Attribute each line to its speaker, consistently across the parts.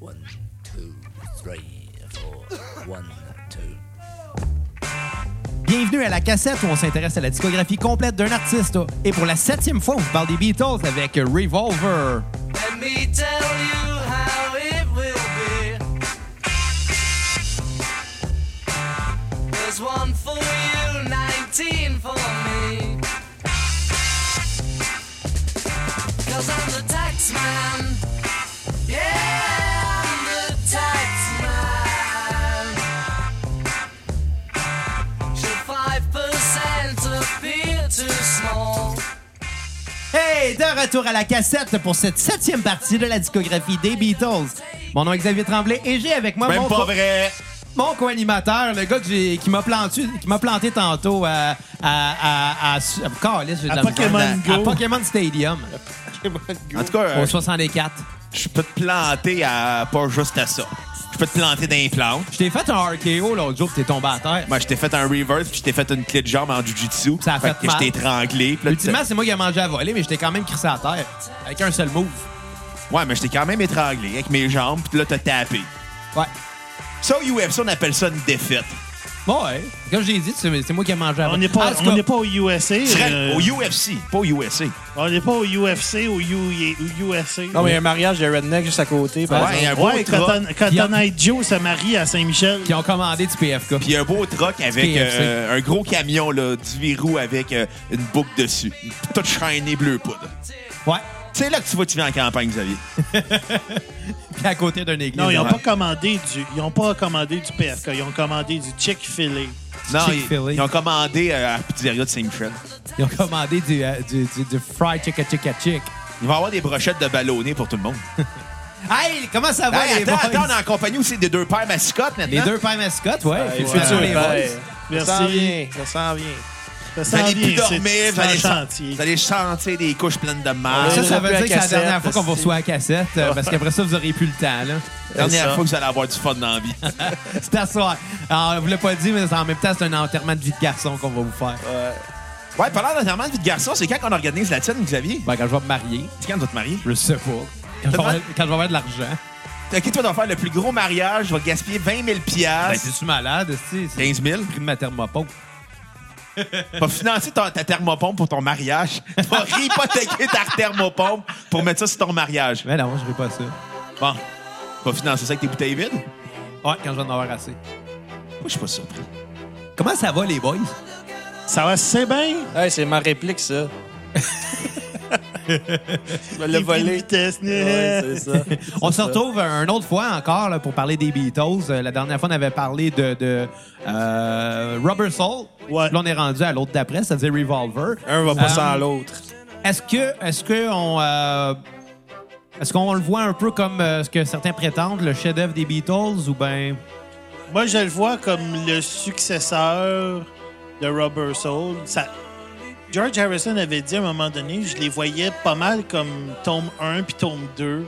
Speaker 1: One, two, three, four. One, two.
Speaker 2: Bienvenue à la cassette où on s'intéresse à la discographie complète d'un artiste. Et pour la septième fois, on vous parle des Beatles avec Revolver.
Speaker 3: Let me tell you how it will be. There's one for you, 19 for me. Cause I'm the tax man. Yeah, I'm the tax man. Should 5% appear too small?
Speaker 2: Hey, de retour à la cassette pour cette septième partie de la discographie des Beatles. Mon nom est Xavier Tremblay et j'ai avec moi
Speaker 4: Même
Speaker 2: mon,
Speaker 4: pas
Speaker 2: co-
Speaker 4: vrai.
Speaker 2: mon co-animateur, le gars que j'ai- qui m'a planté, qui m'a planté tantôt euh, à, à, à, à, à- Calisse, j'ai de
Speaker 5: À
Speaker 2: la misère.
Speaker 5: Pokémon
Speaker 2: À- à
Speaker 5: Go.
Speaker 2: Pokémon Stadium
Speaker 4: En tout cas, euh,
Speaker 2: au 64.
Speaker 4: je peux te planter à pas juste à ça. Je peux te planter dans les plantes.
Speaker 2: Je t'ai fait un RKO l'autre jour, puis t'es tombé à terre.
Speaker 4: Moi, je t'ai fait un reverse, puis je t'ai fait une clé de jambe en jujitsu.
Speaker 2: Ça a fait
Speaker 4: que
Speaker 2: mal.
Speaker 4: je t'ai étranglé. puis là, tu-
Speaker 2: Ultimement, c'est moi qui ai mangé à voler, mais j'étais quand même crissé à terre avec un seul move.
Speaker 4: Ouais, mais je t'ai quand même étranglé avec mes jambes, puis là, t'as tapé.
Speaker 2: Ouais.
Speaker 4: Ça, au UFC, on appelle ça une défaite.
Speaker 2: Bon, ouais. Comme j'ai dit, c'est c'est moi qui ai mangé à voler.
Speaker 5: On n'est pas,
Speaker 2: En tout cas,
Speaker 5: on n'est pas au USA.
Speaker 4: Tu serais
Speaker 5: euh,
Speaker 4: Au UFC, pas au USA.
Speaker 5: on n'est pas au UFC, au, U- au USA.
Speaker 6: Non, mais il y a un mariage de Redneck juste à côté. par
Speaker 2: ben,
Speaker 4: Ouais, il y a un beau
Speaker 5: Ouais,
Speaker 4: troc.
Speaker 5: Cotton, Cotton Eye Joe se marie à Saint-Michel.
Speaker 2: qui ont commandé du PFK.
Speaker 4: Puis un beau troc avec
Speaker 2: KFC.
Speaker 4: euh, un gros camion, là, du verrou avec euh, une boucle dessus. Tout shiny bleu poudre.
Speaker 2: Ouais.
Speaker 4: C'est là que tu vois que tu viens en campagne, Xavier.
Speaker 2: Puis à côté d'un église.
Speaker 5: Non, ils n'ont
Speaker 2: Ouais.
Speaker 5: pas commandé du, ils ont pas commandé du PFK, ils ont commandé du Chick-fil-A.
Speaker 4: Non,
Speaker 2: Chick-fil-A.
Speaker 4: ils, ils ont commandé euh, à la pizzeria de Saint-Michel.
Speaker 2: Ils ont commandé du, euh, du, du, du fried chicken chicken chick.
Speaker 4: Il va y avoir des brochettes de ballonné pour tout le monde.
Speaker 2: Hey, comment ça va,
Speaker 4: Hey,
Speaker 2: les
Speaker 4: attends,
Speaker 2: boys?
Speaker 4: attends, on est en compagnie aussi des deux pères mascottes maintenant.
Speaker 2: Les deux pères mascottes, ouais.
Speaker 6: exemple.
Speaker 2: Puis
Speaker 6: Hey,
Speaker 2: voilà,
Speaker 6: futur
Speaker 2: les boys.
Speaker 6: père.
Speaker 5: Merci.
Speaker 6: Ça s'en vient, ça s'en vient.
Speaker 5: Ça
Speaker 4: Vous
Speaker 5: s'en
Speaker 4: allez plus
Speaker 5: vient, c'est-
Speaker 4: dormir,
Speaker 5: c'est
Speaker 4: vous
Speaker 5: un
Speaker 4: allez, sen-
Speaker 5: chantier.
Speaker 4: vous allez sentir des couches pleines de
Speaker 2: Ah,
Speaker 4: marde.
Speaker 2: Ça,
Speaker 6: On
Speaker 2: ça
Speaker 6: l'a
Speaker 2: veut dire
Speaker 6: plus à
Speaker 2: que c'est la
Speaker 6: cassette,
Speaker 2: dernière fois qu'on vous reçoit à cassette, euh, parce qu'après ça, vous aurez plus le temps. là.
Speaker 4: La dernière
Speaker 5: ça.
Speaker 4: fois que vous allez avoir du fun dans la vie.
Speaker 2: C'est à soir. Alors, je vous l'ai pas dit, mais en même temps, c'est un enterrement de vie de garçon qu'on va vous faire.
Speaker 4: ouais, parlant d'enterrement de vie de garçon, c'est quand qu'on organise la tienne, Xavier?
Speaker 2: Ben, quand je vais me marier,
Speaker 4: C'est quand tu vas te marier?
Speaker 2: je sais pas. Quand je vais avoir-
Speaker 4: Demain-
Speaker 2: quand je vais avoir de l'argent.
Speaker 4: Ok, toi, tu vas faire le plus gros mariage, tu vas gaspiller 20 000
Speaker 6: Ah,
Speaker 2: Ben,
Speaker 4: piastres,
Speaker 2: t'es-tu malade, tu sais?
Speaker 4: 15 000.
Speaker 2: C'est pris de ma thermopompe.
Speaker 4: Tu vas financer ta, ta thermopompe pour ton mariage. Tu vas réhypothéquer ta thermopompe pour mettre ça sur ton mariage.
Speaker 2: Mais ben non, je ferai pas ça.
Speaker 4: Bon, tu vas financer ça avec tes bouteilles vides? Moi,
Speaker 2: Ouais, quand je vais en avoir assez.
Speaker 4: je suis pas surpris.
Speaker 2: Comment ça va, les boys?
Speaker 5: Ça va, c'est bien.
Speaker 6: Hey, c'est ma réplique, ça. Je vais le
Speaker 5: Les
Speaker 6: voler.
Speaker 5: vitesses,
Speaker 6: Ouais,
Speaker 5: né.
Speaker 6: c'est ça.
Speaker 2: On se retrouve euh, une autre fois encore là, pour parler des Beatles. Euh, La dernière fois, on avait parlé de, de, euh, Rubber Soul.
Speaker 5: Ouais.
Speaker 2: Puis Là, on est rendu à l'autre d'après, c'est-à-dire Revolver.
Speaker 6: Un va pas
Speaker 2: Euh,
Speaker 6: sans l'autre.
Speaker 2: Est-ce que, est-ce que on, euh, est-ce qu'on le voit un peu comme euh, ce que certains prétendent, le chef-d'œuvre des Beatles, ou ben
Speaker 5: Moi, je le vois comme le successeur de Rubber Soul. Ça- George Harrison avait dit à un moment donné, je les voyais pas mal comme tome 1 puis tome 2.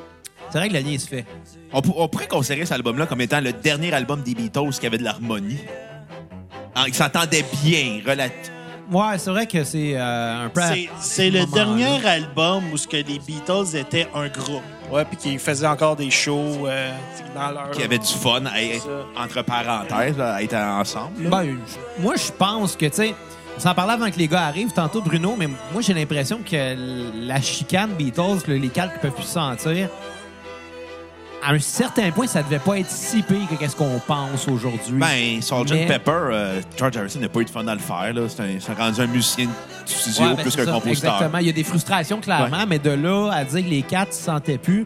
Speaker 2: c'est vrai que le lien se fait.
Speaker 4: On, pour- on pourrait considérer cet album-là comme étant le dernier album des Beatles qui avait de l'harmonie. Ah, Ils s'entendaient bien, relativement.
Speaker 2: Ouais, c'est vrai que c'est euh, un peu. à-
Speaker 5: C'est- C'est
Speaker 2: à
Speaker 5: le
Speaker 2: ce moment-là.
Speaker 5: dernier album où ce que les Beatles étaient un groupe.
Speaker 6: Ouais, puis qu'ils faisaient encore des shows euh, dans leur.
Speaker 4: qui avait du fun, à- entre parenthèses, là, à être ensemble. là.
Speaker 2: Ben, je- moi, je pense que, tu sais, on s'en parlait avant que les gars arrivent, tantôt Bruno, mais moi, j'ai l'impression que l- la chicane Beatles, le- les calques peuvent plus se sentir. À un certain point, ça devait pas être si pire que qu'est-ce qu'on pense aujourd'hui.
Speaker 4: Ben, Sgt.
Speaker 2: Mais-
Speaker 4: Pepper, euh, George Harrison n'a pas eu de fun à le faire. là. C'est un- C'est rendu un musicien du studio
Speaker 2: Ouais, ben,
Speaker 4: plus
Speaker 2: c'est
Speaker 4: qu'un
Speaker 2: ça,
Speaker 4: compositeur.
Speaker 2: Exactement. Il y a des frustrations, clairement, mais de là à dire que les quatre se sentaient plus,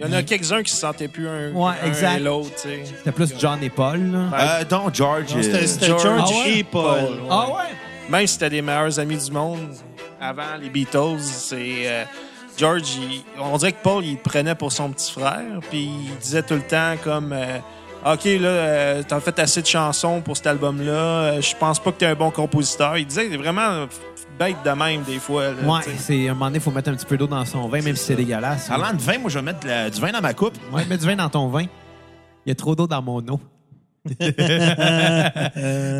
Speaker 6: Il y en a quelques-uns qui se sentaient plus un,
Speaker 2: Ouais,
Speaker 6: un
Speaker 2: exact.
Speaker 6: et l'autre, tu sais.
Speaker 2: c'était plus John et Paul. là.
Speaker 4: Euh, donc, George. euh,
Speaker 5: C'était c'était George,
Speaker 2: Ah ouais?
Speaker 5: et Paul.
Speaker 6: Paul.
Speaker 2: Ah ouais?
Speaker 6: Même si c'était les meilleurs amis du monde avant les Beatles, c'est. euh, George, il- on dirait que Paul, il le prenait pour son petit frère, puis il disait tout le temps comme. euh, OK, là, euh, t'as fait assez de chansons pour cet album-là. euh, je pense pas que t'es un bon compositeur. Il disait vraiment bête de même, des fois. là,
Speaker 2: Ouais,
Speaker 6: tu sais.
Speaker 2: c'est à un moment donné, il faut mettre un petit peu d'eau dans son vin, même si c'est dégueulasse.
Speaker 4: Parlant de vin, moi, je vais mettre de la- du vin dans ma coupe.
Speaker 2: Ouais, mets du vin dans ton vin. Il y a trop d'eau dans mon eau.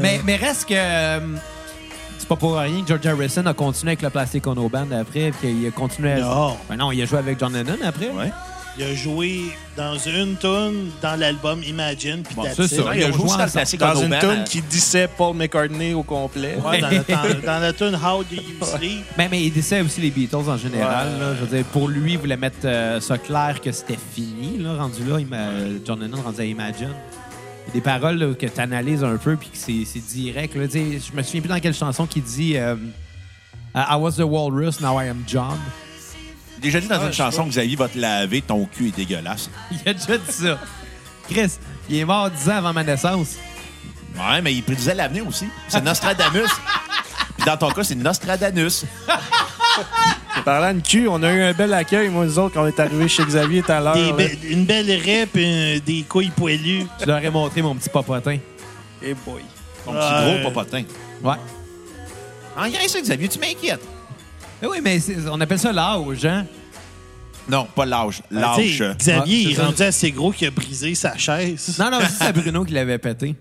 Speaker 2: mais, mais reste que. euh, C'est pas pour rien que George Harrison a continué avec le Plastic Ono Band après, puis qu'il a continué à.
Speaker 5: Non.
Speaker 2: Ben non, il a joué avec John Lennon après.
Speaker 4: Ouais.
Speaker 5: Il a joué dans une tune dans l'album Imagine, puis
Speaker 4: Bon,
Speaker 5: that's
Speaker 2: c'est
Speaker 5: it.
Speaker 2: ça.
Speaker 4: Il a joué aussi dans le classique
Speaker 6: Dans
Speaker 4: en
Speaker 6: une
Speaker 4: aubaine,
Speaker 6: tune
Speaker 4: hein.
Speaker 6: qui disait Paul McCartney au complet.
Speaker 5: Ouais, dans, la, dans- dans la tune How Do You Sleep.
Speaker 2: Mais, Ben, mais il décède aussi les Beatles en général.
Speaker 6: Ouais.
Speaker 2: là. Je veux dire, pour lui, il voulait mettre euh, ça clair que c'était fini, là, rendu là. il m'a- John Lennon rendu à Imagine. Il y a Des paroles là, que tu analyses un peu, puis que c'est c'est direct. Là. Tu sais, Je me souviens plus dans quelle chanson qui dit euh, I was the walrus, now I am John.
Speaker 4: J'ai euh, Déjà dit dans
Speaker 5: Ah,
Speaker 4: une
Speaker 5: je
Speaker 4: chanson,
Speaker 5: sais.
Speaker 4: Xavier va te laver, ton cul est dégueulasse.
Speaker 2: Il a déjà dit ça. Chris, il est mort 10 ans avant ma naissance.
Speaker 4: Ouais, mais il prédisait l'avenir aussi. C'est Nostradamus. Puis dans ton cas, c'est Nostradamus.
Speaker 6: Parlant de cul, on a eu un bel accueil, moi, nous autres, quand on est arrivés chez Xavier tout à l'heure.
Speaker 5: Des
Speaker 6: là.
Speaker 5: be- une belle raie, puis euh, des couilles poilues.
Speaker 2: Je leur ai montré mon petit papotin.
Speaker 6: Eh boy.
Speaker 4: Ton
Speaker 5: Ouais.
Speaker 4: petit gros papotin.
Speaker 2: Ouais.
Speaker 4: En rien ça, Xavier, tu m'inquiètes.
Speaker 2: Mais Eh oui, mais c'est- on appelle ça l'âge, hein?
Speaker 4: Non, pas l'âge.
Speaker 2: Ben,
Speaker 5: Ah, tu
Speaker 4: L'âge.
Speaker 5: sais, Xavier,
Speaker 2: Ouais,
Speaker 5: il
Speaker 2: c'est
Speaker 5: est
Speaker 2: ça.
Speaker 5: rendu assez gros qu'il a brisé sa chaise.
Speaker 2: Non, non, c'est à Bruno qui l'avait pété.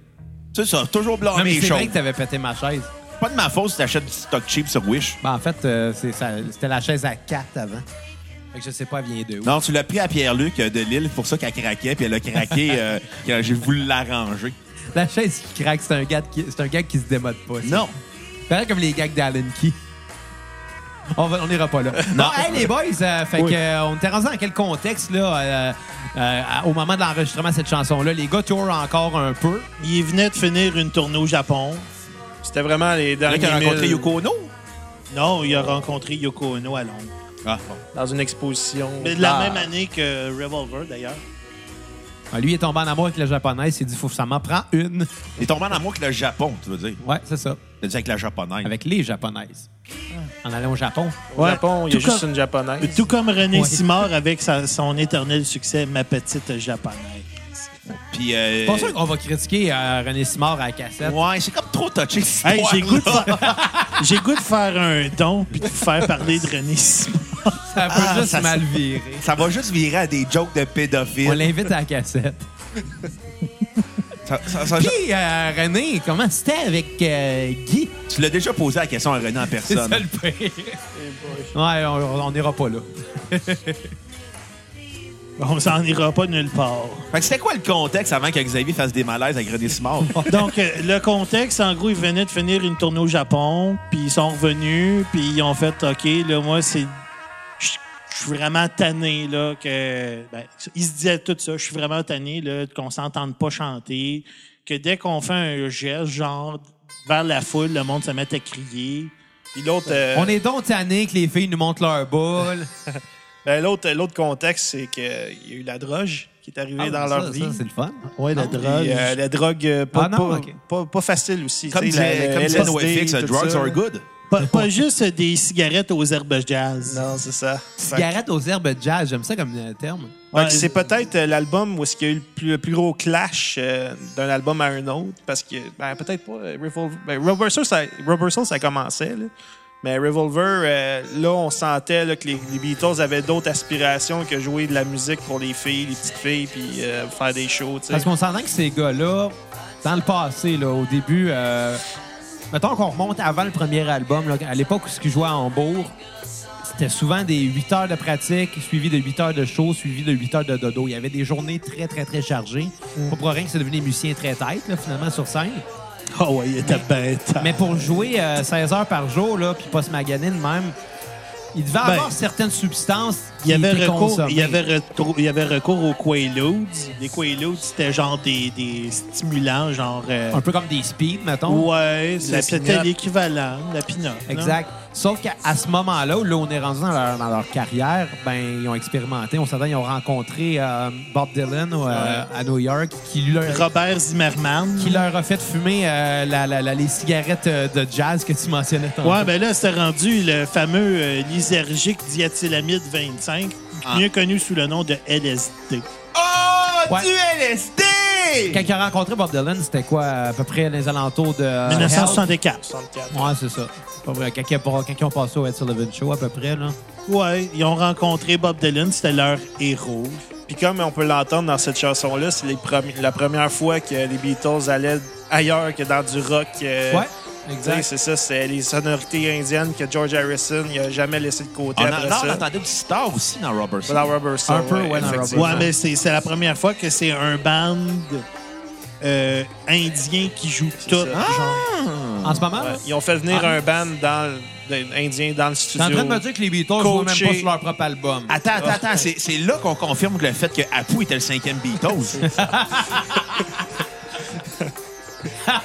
Speaker 4: C'est ça, toujours
Speaker 6: Ah,
Speaker 2: Non,
Speaker 4: blâmer
Speaker 2: mais
Speaker 4: les
Speaker 2: c'est vrai
Speaker 4: choses.
Speaker 2: que t'avais pété ma chaise.
Speaker 4: Pas de ma faute si t'achètes du stock cheap sur Wish.
Speaker 2: Ben, en fait, euh, c'est ça- c'était la chaise à 4 avant. Fait que je sais pas, elle vient de où.
Speaker 4: Non, tu l'as pris à Pierre-Luc euh, de Lille, c'est pour ça qu'elle craquait, puis elle a craqué euh, quand j'ai voulu l'arranger.
Speaker 2: La chaise qui craque, c'est un, gag qui- c'est un gag qui se démode pas. ça.
Speaker 4: Non.
Speaker 2: Pareil comme les gags d'Allen Key. On va- on n'ira pas là. Non, hey, les boys, euh, fait
Speaker 6: Oui.
Speaker 2: que, euh, on était rendu dans quel contexte, là, euh, euh, à- au moment de l'enregistrement de cette chanson-là? Les gars tournent encore un peu.
Speaker 5: Il venait de finir une tournée au Japon.
Speaker 6: C'était vraiment les
Speaker 4: Là,
Speaker 6: derniers
Speaker 4: qui a rencontré
Speaker 6: mille
Speaker 4: Yoko Ono.
Speaker 5: Non, il a rencontré Yoko Ono à Londres.
Speaker 4: Ah, bon.
Speaker 6: dans une exposition.
Speaker 5: Mais la
Speaker 6: Ah.
Speaker 5: même année que Revolver, d'ailleurs.
Speaker 2: Ah, lui, il est tombé en amour avec la japonaise. Il s'est dit, faut que ça m'en prend une.
Speaker 4: Il est tombé en amour avec le Japon, tu veux dire.
Speaker 2: Ouais, c'est ça.
Speaker 4: T'as dit avec la japonaise.
Speaker 2: Avec les japonaises. En allant au Japon.
Speaker 6: Au
Speaker 5: Ouais.
Speaker 6: Japon, il y a
Speaker 5: Tout
Speaker 6: juste
Speaker 5: comme-
Speaker 6: une japonaise.
Speaker 5: Tout comme René
Speaker 2: Ouais.
Speaker 5: Simard avec sa- son éternel succès, Ma petite japonaise.
Speaker 4: Puis. euh,
Speaker 2: Pas sûr qu'on va critiquer euh, René Simard à la cassette.
Speaker 4: Ouais, c'est comme trop touché. cette
Speaker 5: Hey, j'ai
Speaker 4: histoire-là.
Speaker 5: goût, de faire- j'ai goût de faire un don puis de vous faire parler de René Simard.
Speaker 2: Ça peut
Speaker 4: Ah,
Speaker 2: juste
Speaker 4: ça-
Speaker 2: mal virer.
Speaker 4: Ça va juste virer à des jokes de
Speaker 2: On
Speaker 4: pédophiles.
Speaker 2: l'invite à la cassette.
Speaker 4: Ça- ça- ça-
Speaker 2: Puis, euh, René, comment c'était avec euh, Guy?
Speaker 4: Tu l'as déjà posé la question à René en
Speaker 2: C'est ça
Speaker 4: personne.
Speaker 2: le pire. Ouais, on on n'ira pas là.
Speaker 6: Euh.
Speaker 5: On s'en ira pas nulle part.
Speaker 4: Fait que c'était quoi le contexte avant que Xavier fasse des malaises avec René Simard?
Speaker 5: Donc, euh, le contexte, en gros, ils venaient de finir une tournée au Japon, puis ils sont revenus, puis ils ont fait OK, là, moi, c'est. Je je suis vraiment tanné, là, que. Ben, ils se disaient tout ça, je suis vraiment tanné, là, qu'on s'entende pas chanter, que dès qu'on fait un geste, genre, vers la foule, le monde se met à crier.
Speaker 6: Puis l'autre, euh,
Speaker 2: On est donc tanné que les filles nous montrent leur boule.
Speaker 6: ben, l'autre, l'autre contexte, c'est qu'il y a eu la drogue qui est arrivée dans
Speaker 2: Ah, ben ça,
Speaker 6: leur vie.
Speaker 2: ça, c'est le fun.
Speaker 5: Ouais, la
Speaker 6: Puis, euh, la drogue, euh, pas,
Speaker 2: Ah non,
Speaker 6: pas,
Speaker 2: ok.
Speaker 6: pas- pas facile aussi.
Speaker 4: Comme
Speaker 6: Tu sais, la-
Speaker 4: disait
Speaker 6: la
Speaker 4: comme disait
Speaker 6: LSD,
Speaker 4: NoFX,
Speaker 6: tout
Speaker 4: drugs
Speaker 6: ça.
Speaker 4: are good.
Speaker 5: Pas, pas juste euh, des cigarettes aux herbes jazz.
Speaker 6: Non, c'est ça. Fait que-
Speaker 2: Cigarette aux herbes jazz, j'aime ça comme euh, terme.
Speaker 6: Fait
Speaker 5: Ouais,
Speaker 6: que c'est peut-être euh, l'album où est-ce qu'il y a eu le plus, le plus gros clash euh, d'un album à un autre. Parce que, ben, peut-être pas. euh, Revolver, ben, Rubber Soul, ça, Rubber Soul, ça commençait. Là. Mais Revolver, euh, là, on sentait là, que les, les Beatles avaient d'autres aspirations que jouer de la musique pour les filles, les petites filles, puis euh, faire des shows. tu sais.
Speaker 2: Parce qu'on s'entend que ces gars-là, dans le passé, là, au début, euh, mettons qu'on remonte avant le premier album, là, à l'époque où ce qu'ils jouaient à Hambourg, c'était souvent des 8 heures de pratique, suivies de 8 heures de show, suivies de 8 heures de dodo. Il y avait des journées très, très, très chargées.
Speaker 5: Mm.
Speaker 2: Pas pour rien que c'est devenu des musiciens très tête, là, finalement, sur scène.
Speaker 5: Oh, ouais, il était bête.
Speaker 2: Mais pour jouer euh, 16 heures par jour, là, puis pas se maganer de même, il devait
Speaker 5: Ben,
Speaker 2: avoir certaines substances
Speaker 5: Il
Speaker 2: qui
Speaker 5: y, avait
Speaker 2: étaient
Speaker 5: recours,
Speaker 2: consommées.
Speaker 5: il, y avait retro- il y avait recours aux Quaaludes. Les Quaaludes, c'était genre des, des stimulants, genre... euh,
Speaker 2: Un peu comme des speeds, mettons.
Speaker 5: ouais,
Speaker 6: la
Speaker 5: c'est- c'était
Speaker 6: pinotte.
Speaker 5: l'équivalent, la pinotte. là.
Speaker 2: Exact. Sauf qu'à à ce moment-là, où là, on est rendu dans leur, dans leur carrière, ben, ils ont expérimenté. On s'entend, ils ont rencontré euh, Bob Dylan euh, à New York, qui leur,
Speaker 5: Robert Zimmerman.
Speaker 2: qui leur a fait fumer euh, la- la- la- les cigarettes euh, de jazz que tu mentionnais tantôt.
Speaker 5: Ouais, ben là, c'était rendu le fameux euh, lysergique diathylamide 25,
Speaker 4: Ah.
Speaker 5: mieux connu sous le nom de LSD.
Speaker 4: Oh,
Speaker 2: Ouais.
Speaker 4: du LSD!
Speaker 2: Quand ils ont rencontré Bob Dylan, c'était quoi, à peu près dans les alentours de... euh,
Speaker 5: 1964.
Speaker 6: 64.
Speaker 2: Ouais, c'est ça. C'est pas vrai. Quand, ils- quand ils ont passé au Ed Sullivan Show, à peu près, là.
Speaker 5: Ouais, ils ont rencontré Bob Dylan, c'était leur héros.
Speaker 6: Puis comme on peut l'entendre dans cette chanson-là, c'est les premi- la première fois que les Beatles allaient ailleurs que dans du rock euh,
Speaker 2: Ouais. Exact.
Speaker 6: Tu sais, C'est ça, c'est les sonorités indiennes que George Harrison il a jamais laissé de côté
Speaker 4: On,
Speaker 6: après
Speaker 4: a, non, on
Speaker 6: ça.
Speaker 4: entendait du sitar aussi dans Robert
Speaker 6: Dans Rubber Soul,
Speaker 2: Un peu, ouais, dans
Speaker 6: effectivement.
Speaker 5: Ouais, mais c'est c'est la première fois que c'est un band euh, indien qui joue tout.
Speaker 6: ça.
Speaker 5: genre.
Speaker 2: En ce moment,
Speaker 6: Ouais,
Speaker 2: là,
Speaker 6: Ils ont fait venir
Speaker 2: Ah.
Speaker 6: un band dans, le- de- indien dans le
Speaker 2: t'es
Speaker 6: studio.
Speaker 2: en train de me dire que les Beatles jouent même
Speaker 6: Coaché.
Speaker 2: pas sur leur propre album.
Speaker 4: Attends, attends, attends. C'est c'est là qu'on confirme le fait que Apu était le cinquième Beatles.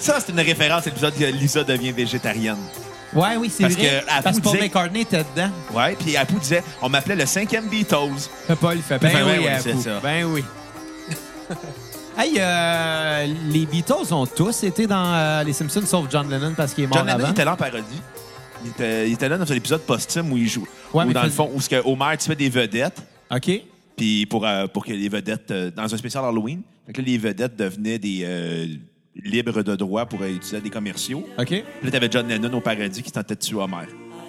Speaker 4: ça, c'est une référence à l'épisode que Lisa devient végétarienne.
Speaker 2: Ouais, oui, c'est
Speaker 4: Parce
Speaker 2: vrai.
Speaker 4: que, à
Speaker 2: parce
Speaker 4: vous
Speaker 2: que Paul
Speaker 4: dire-
Speaker 2: McCartney était dedans.
Speaker 4: Ouais, puis Apu disait on m'appelait le cinquième Beatles.
Speaker 2: Fait Paul, il fait ben,
Speaker 4: Ben
Speaker 2: oui,
Speaker 4: ouais, ouais,
Speaker 2: à
Speaker 4: c'est
Speaker 2: vous.
Speaker 4: ça.
Speaker 2: Ben oui. hey, euh, les Beatles ont tous été dans euh, Les Simpsons, sauf John Lennon parce qu'il est mort
Speaker 4: John Lennon
Speaker 2: avant.
Speaker 4: était là en parodie. Il était, il était là dans un épisode posthume où il joue.
Speaker 2: Ouais,
Speaker 4: Ou
Speaker 2: mais
Speaker 4: dans le
Speaker 2: fais-
Speaker 4: fond, où ce que Homer tu fais des vedettes.
Speaker 2: OK.
Speaker 4: Puis pour, euh, pour que les vedettes, euh, dans un spécial Halloween, fait que là, les vedettes devenaient des euh, libres de droit pour euh, utiliser des commerciaux.
Speaker 2: OK.
Speaker 4: Puis là, t'avais John Lennon au paradis qui tentait de tuer Homer.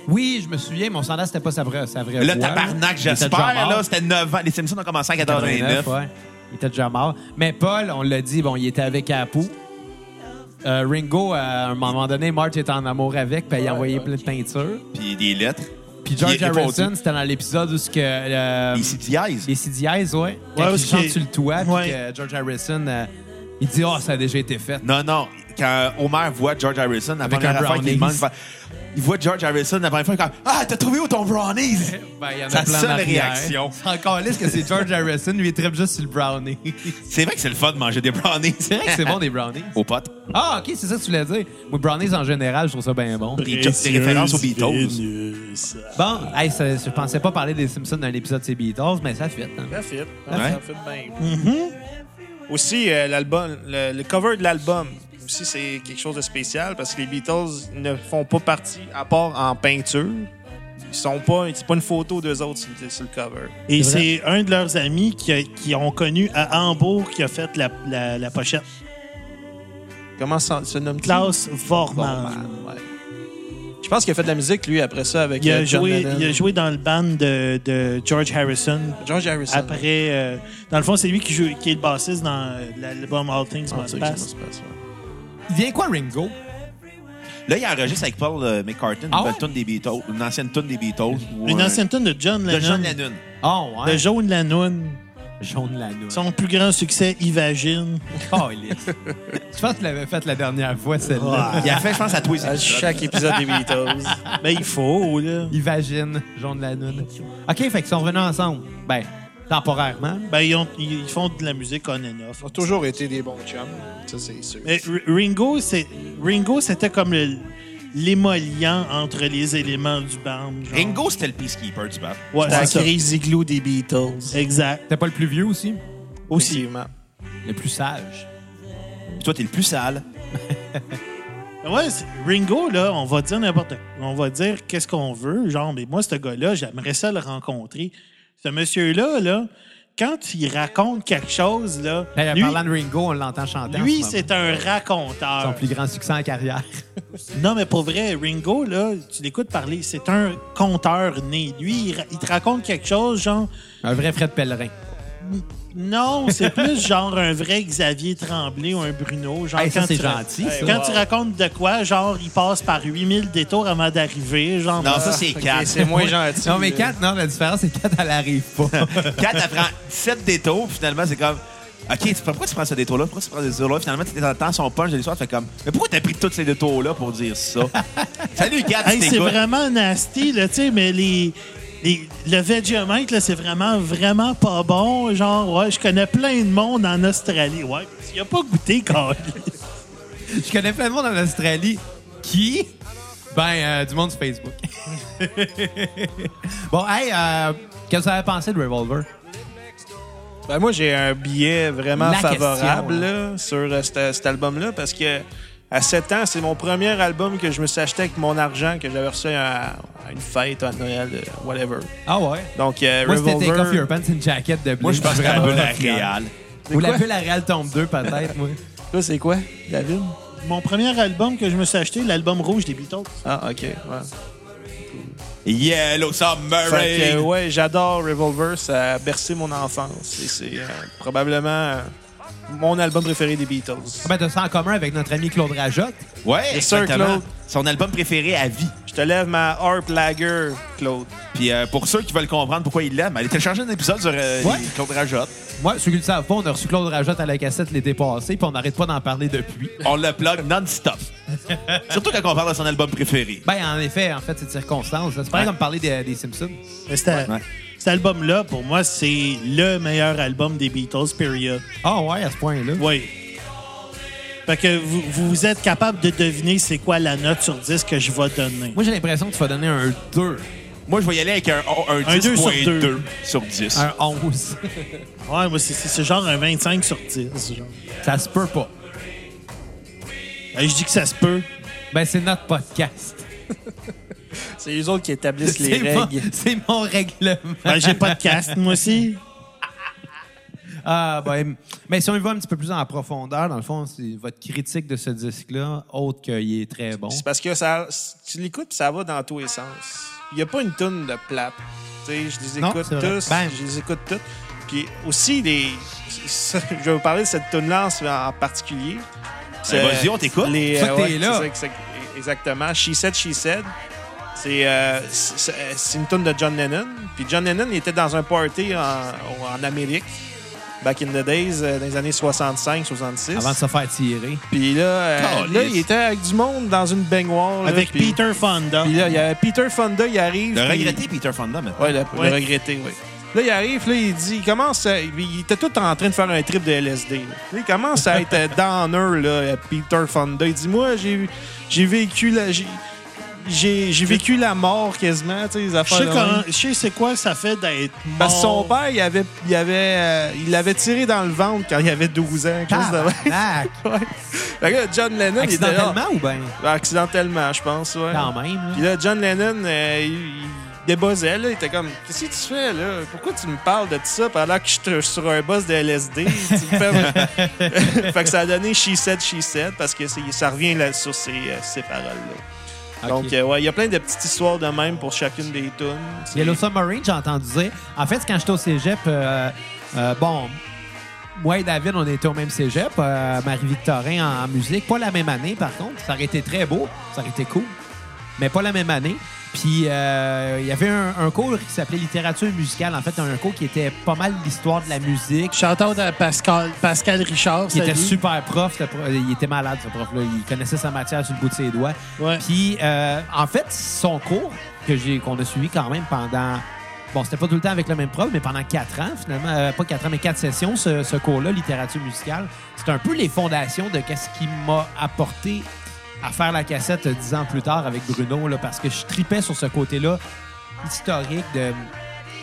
Speaker 2: Oui, je me souviens, mon sondage, c'était pas sa vraie, sa vraie
Speaker 4: Là,
Speaker 2: voix,
Speaker 4: tabarnak,
Speaker 2: Euh, Il était
Speaker 4: j'espère,
Speaker 2: déjà mort.
Speaker 4: là, c'était 9 ans. Les Simpsons ont commencé en 89.
Speaker 2: ouais. Il était déjà mort. Mais Paul, on l'a dit, bon, il était avec Apu. Euh, Ringo, à un moment donné, Marge était en amour avec, puis il a envoyé plein de peintures.
Speaker 4: Puis des lettres.
Speaker 2: Puis George
Speaker 4: Il est répondu.
Speaker 2: Harrison, c'était dans l'épisode où ce que, euh,
Speaker 4: Les CDIs.
Speaker 2: les CDIs, ouais, quand
Speaker 5: Ouais,
Speaker 2: il
Speaker 5: parce
Speaker 2: chante
Speaker 5: que-
Speaker 2: sur le toit, puis
Speaker 5: Ouais.
Speaker 2: que George Harrison, euh, il dit « Ah, ça a déjà été fait.
Speaker 4: Non, non. Quand Homer voit George Harrison, la
Speaker 2: Avec
Speaker 4: première
Speaker 2: un
Speaker 4: affaire qu'il
Speaker 2: brownies.
Speaker 4: demande, il fait- il voit George Harrison, la première fois, il fait comme, Ah, t'as trouvé où ton brownies? »
Speaker 2: Ben, il y en a
Speaker 4: Sa
Speaker 2: plein en
Speaker 4: seule
Speaker 2: arrière.
Speaker 4: réaction.
Speaker 2: C'est encore lisse que c'est George Harrison, lui, il tripe juste sur le brownie.
Speaker 4: C'est vrai que c'est le fun de manger des brownies. hein?
Speaker 2: c'est vrai que c'est bon, des brownies.
Speaker 4: Aux potes.
Speaker 2: Ah, OK, c'est ça que tu voulais dire. Moi, brownies, en général, je trouve ça bien bon.
Speaker 4: Des, jo- des références aux Beatles.
Speaker 5: Vénus.
Speaker 2: Bon, hey, ça- je pensais pas parler des Simpsons dans l'épisode C'est Beatles, mais ça fait. hein.
Speaker 6: Ça fit.
Speaker 4: Ouais.
Speaker 6: Ça fit bien.
Speaker 2: Mm-hmm.
Speaker 6: Aussi, euh, l'album, le, le cover de l'album, aussi, c'est quelque chose de spécial parce que les Beatles ne font pas partie, à part en peinture. Ils sont pas, c'est pas une photo d'eux autres sur, le- sur le cover.
Speaker 5: Et
Speaker 2: C'est vrai.
Speaker 5: c'est un de leurs amis qui, a- qui ont connu à Hambourg qui a fait la, la- la pochette.
Speaker 6: Comment ça se nomme
Speaker 5: Klaus Vormann.
Speaker 6: Bormann, ouais. Je pense qu'il a fait de la musique, lui, après ça, avec
Speaker 5: Il a,
Speaker 6: euh, John
Speaker 5: joué,
Speaker 6: Lennon.
Speaker 5: il a joué dans le band de, de George Harrison.
Speaker 6: George Harrison.
Speaker 5: Après, euh, dans le fond, c'est lui qui, joue, qui est le bassiste dans euh, l'album All Things
Speaker 6: Ah,
Speaker 5: Must
Speaker 6: c'est-
Speaker 5: Pass.
Speaker 6: c'est- c'est- c'est-
Speaker 2: Il vient quoi, Ringo?
Speaker 4: Là, il enregistre avec Paul euh, McCartney une
Speaker 2: Ah
Speaker 4: nouvelle
Speaker 2: ouais?
Speaker 4: toune des Beatles, une ancienne tune des Beatles. ou
Speaker 5: Une
Speaker 4: un-
Speaker 5: ancienne tune de John Lennon.
Speaker 4: de John Lennon.
Speaker 2: Oh, ouais.
Speaker 5: De Jaune Lannoun.
Speaker 2: jaune l'anneau.
Speaker 5: Son plus grand succès, Ivagine.
Speaker 2: Oh, il est- Je pense que tu l'avais faite la dernière fois, celle-là.
Speaker 5: Ah.
Speaker 4: Il a fait, je pense, à tous les
Speaker 6: À
Speaker 4: épisodes.
Speaker 6: chaque épisode des Beatles.
Speaker 5: Ben, il faut, là.
Speaker 2: Il vagine, jaune l'anneau. OK, fait qu'ils sont revenus ensemble. Ben, temporairement.
Speaker 5: Ben, ils, ont- ils- ils font de la musique on and off.
Speaker 7: Ils ont toujours été des bons chums, ça c'est sûr.
Speaker 5: Mais R- Ringo, c'est Ringo, c'était comme le- l'émollient entre les éléments du band. genre.
Speaker 4: Ringo, c'était le peacekeeper du band.
Speaker 5: ouais,
Speaker 6: La
Speaker 5: c'est ça.
Speaker 6: crise igloo des Beatles.
Speaker 5: Exact.
Speaker 2: T'es pas le plus vieux aussi?
Speaker 5: Aussi.
Speaker 6: Effectivement.
Speaker 2: Le plus sage.
Speaker 4: Puis toi, t'es le plus sale.
Speaker 5: Ben, Ouais, c'est- Ringo, là, on va dire n'importe quoi. On va dire qu'est-ce qu'on veut. Genre, mais moi, ce gars-là, j'aimerais ça le rencontrer. Ce monsieur-là, là, quand il raconte quelque chose, là,
Speaker 2: Hey, Ben, en
Speaker 5: lui,
Speaker 2: parlant de Ringo, on l'entend chanter. en
Speaker 5: lui,
Speaker 2: ce moment.
Speaker 5: c'est un
Speaker 2: Son
Speaker 5: raconteur.
Speaker 2: plus grand succès en carrière.
Speaker 5: Non, mais pour vrai, Ringo, là, tu l'écoutes parler, c'est un conteur né. Lui, il, ra- il te raconte quelque chose, genre,
Speaker 2: Un vrai Fred Pellerin.
Speaker 5: non, c'est plus genre un vrai Xavier Tremblay ou un Bruno. Genre,
Speaker 2: Hey, ça,
Speaker 5: quand
Speaker 2: c'est
Speaker 5: tu ra-
Speaker 2: gentil, ça.
Speaker 5: Quand tu racontes de quoi, genre, il passe par 8000 détours avant d'arriver, genre...
Speaker 4: Non,
Speaker 5: ben,
Speaker 4: ça, c'est
Speaker 6: Ok,
Speaker 4: Kat.
Speaker 6: C'est moins gentil. euh.
Speaker 2: Non, mais
Speaker 6: là.
Speaker 2: Kat, non, la différence, c'est que Kat, elle arrive pas.
Speaker 4: Kat, elle prend 7 détours, puis finalement, c'est comme. OK, tu- pourquoi tu prends ce détour-là? Pourquoi tu prends ce détour-là? Finalement, tu t'entends son punch de l'histoire, tu fais comme. Mais pourquoi t'as pris tous ces détours-là pour dire ça? Salut, Kat,
Speaker 5: hey,
Speaker 4: tu
Speaker 5: c'est
Speaker 4: t'écoutes.
Speaker 5: vraiment nasty, là, tu sais, mais les... les- le Vegemite, là, c'est vraiment, vraiment pas bon. Genre, ouais, je connais plein de monde en Australie. Ouais, il a pas goûté, quand
Speaker 2: Je connais plein de monde en Australie. Qui? Ben, euh, du monde sur Facebook. bon, hey, euh, qu'est-ce que vous avez pensé de Revolver?
Speaker 6: Ben moi, j'ai un billet vraiment
Speaker 2: La
Speaker 6: favorable
Speaker 2: question,
Speaker 6: là, sur euh, cet cet album-là parce que à 7 ans, c'est mon premier album que je me suis acheté avec mon argent que j'avais reçu à, à une fête, à Noël, euh, whatever.
Speaker 2: Ah ouais?
Speaker 6: Donc, euh,
Speaker 2: Moi, c'était Take Off Your
Speaker 6: Revolver.
Speaker 2: Pants, une jaquette de blé.
Speaker 4: Moi, je pense que la bulle à Réal.
Speaker 2: Ou la
Speaker 6: quoi?
Speaker 2: bulle à Real tombe 2, peut-être, moi.
Speaker 6: Toi, c'est quoi, David?
Speaker 5: Mon premier album que je me suis acheté, l'album rouge des Beatles.
Speaker 6: Ah, OK. Ouais.
Speaker 4: Yellow
Speaker 6: Fait que, euh,
Speaker 4: Submarine.
Speaker 6: ouais, j'adore Revolver. Ça a bercé mon enfance. Et c'est euh, probablement euh, mon album préféré des Beatles.
Speaker 2: Ah ben, t'as ça en commun avec notre ami Claude Rajotte.
Speaker 4: Ouais,
Speaker 6: Yes, sir,
Speaker 4: exactement.
Speaker 6: Claude.
Speaker 4: Son album préféré à vie.
Speaker 2: ben.
Speaker 6: Je te lève ma harp lager, Claude.
Speaker 4: Puis euh, pour ceux qui veulent comprendre pourquoi il l'aime, allez télécharger un épisode sur euh,
Speaker 2: Ouais.
Speaker 4: les Claude Rajotte.
Speaker 2: Moi, ceux qui le savent pas, on a reçu Claude Rajotte à la cassette l'été passé, puis on n'arrête pas d'en parler depuis.
Speaker 4: On le plug non-stop. Surtout quand on parle de son album préféré.
Speaker 2: Ben, en effet, en fait, c'est de circonstance. là. C'est pareil
Speaker 4: Ouais.
Speaker 2: comme parler des, des Simpsons.
Speaker 5: Mais c'était-
Speaker 4: Ouais.
Speaker 5: Cet album-là, pour moi, c'est le meilleur album des Beatles, period.
Speaker 2: Ah ouais, à ce point-là.
Speaker 5: Oui. Fait que vous, vous êtes capable de deviner c'est quoi la note sur 10 que je vais donner.
Speaker 2: Moi, j'ai l'impression que tu vas donner un 2,
Speaker 4: Moi, je vais y aller avec un, un,
Speaker 5: Un deux sur
Speaker 4: 10.2
Speaker 5: deux.
Speaker 4: sur 10.
Speaker 2: un 11.
Speaker 5: Ouais, moi, c'est- c'est c'est genre un 25 sur 10. genre.
Speaker 2: ça se peut pas.
Speaker 5: Euh, Je dis que ça se peut.
Speaker 2: Ben, c'est notre podcast.
Speaker 6: C'est les autres qui établissent les
Speaker 2: C'est mon,
Speaker 6: règles.
Speaker 2: c'est mon règlement.
Speaker 5: Ben, J'ai pas de cast, moi aussi.
Speaker 2: Ah, ben, mais si on y va un petit peu plus en profondeur, dans le fond, c'est votre critique de ce disque-là, autre qu'il est très bon.
Speaker 6: C'est parce que ça, tu l'écoutes puis ça va dans tous les sens. Il n'y a pas une toune de plate. Tu sais, je les
Speaker 2: Non,
Speaker 6: écoute
Speaker 2: c'est vrai.
Speaker 6: tous.
Speaker 2: Bam.
Speaker 6: Je les écoute toutes. Puis aussi, les, je vais vous parler de cette toune-là en en particulier. C'est-
Speaker 2: Ben,
Speaker 4: vas-y, on t'écoute.
Speaker 6: les-
Speaker 2: Faut que
Speaker 6: euh,
Speaker 2: t'es
Speaker 6: ouais,
Speaker 2: là.
Speaker 6: c'est ça, c'est- Exactement. She Said, She Said. C'est euh, c'est- c'est une toune de John Lennon. Puis John Lennon il était dans un party en, en Amérique, back in the days, euh, dans les années 65-66.
Speaker 2: Avant de se faire tirer.
Speaker 6: Puis là, euh,
Speaker 4: Oh,
Speaker 6: là,
Speaker 4: yes.
Speaker 6: il était avec du monde dans une baignoire. là,
Speaker 5: Avec
Speaker 6: puis-
Speaker 5: Peter Fonda.
Speaker 6: Puis là, il y a Peter Fonda, il arrive.
Speaker 4: Le
Speaker 6: puis-
Speaker 4: regretté Peter Fonda, mais.
Speaker 6: Ouais, le,
Speaker 5: Ouais.
Speaker 6: le regretté, oui. Là, il arrive, là, il dit, il commence à- Il était tout en train de faire un trip de LSD. là. Là, il commence à être euh, downer, là, à Peter Fonda. Il dit, moi, j'ai j'ai vécu la... J'ai, j'ai, j'ai vécu la mort quasiment, tu sais, les
Speaker 5: Je
Speaker 6: affaires
Speaker 5: sais,
Speaker 6: de
Speaker 5: comment-
Speaker 6: même.
Speaker 5: je sais c'est quoi ça fait d'être mort.
Speaker 6: Parce que son père, il avait, il avait, euh, il l'avait tiré dans le ventre quand il avait 12 ans. quelque chose
Speaker 5: Ah.
Speaker 6: de même.
Speaker 2: Ah, Tabarnak!
Speaker 6: Ouais. Fait que là, John Lennon, il était là.
Speaker 2: Accidentellement ou ben?
Speaker 6: Accidentellement, je pense, ouais.
Speaker 2: Quand même. là.
Speaker 6: Puis là, John Lennon, euh, il, il débossait, là. Il était comme, qu'est-ce que tu fais, là? Pourquoi tu me parles de tout ça pendant que je suis sur un boss de LSD? Tu me fais- fait que ça a donné She Said, She Said, parce que c'est- ça revient là, sur ces, euh, ces paroles-là.
Speaker 2: Ok.
Speaker 6: Donc, euh, ouais, il y a plein de petites histoires de même pour chacune des tunes. C'est-
Speaker 2: Yellow Submarine, j'ai entendu dire. En fait, quand j'étais au cégep, euh, euh, bon, moi et David, on était au même cégep, euh, Marie-Victorin en, en musique. Pas la même année, par contre. Ça aurait été très beau, ça aurait été cool, mais pas la même année. Puis euh, il y avait un, un cours qui s'appelait littérature musicale. En fait, un cours qui était pas mal l'histoire de la musique.
Speaker 5: Chanteur de Pascal, Pascal Richard.
Speaker 2: Il était
Speaker 5: salut.
Speaker 2: super prof. le pro- euh, Il était malade, ce prof-là. Il connaissait sa matière sur le bout de ses doigts.
Speaker 5: Ouais.
Speaker 2: Puis, euh, en fait, son cours que j'ai, qu'on a suivi quand même pendant. Bon, c'était pas tout le temps avec le même prof, mais pendant quatre ans, finalement. euh, pas quatre ans, mais quatre sessions, ce, ce cours-là, littérature musicale. C'est un peu les fondations de qu'est-ce qui m'a apporté à faire la cassette euh, dix ans plus tard avec Bruno, là, parce que je tripais sur ce côté-là historique de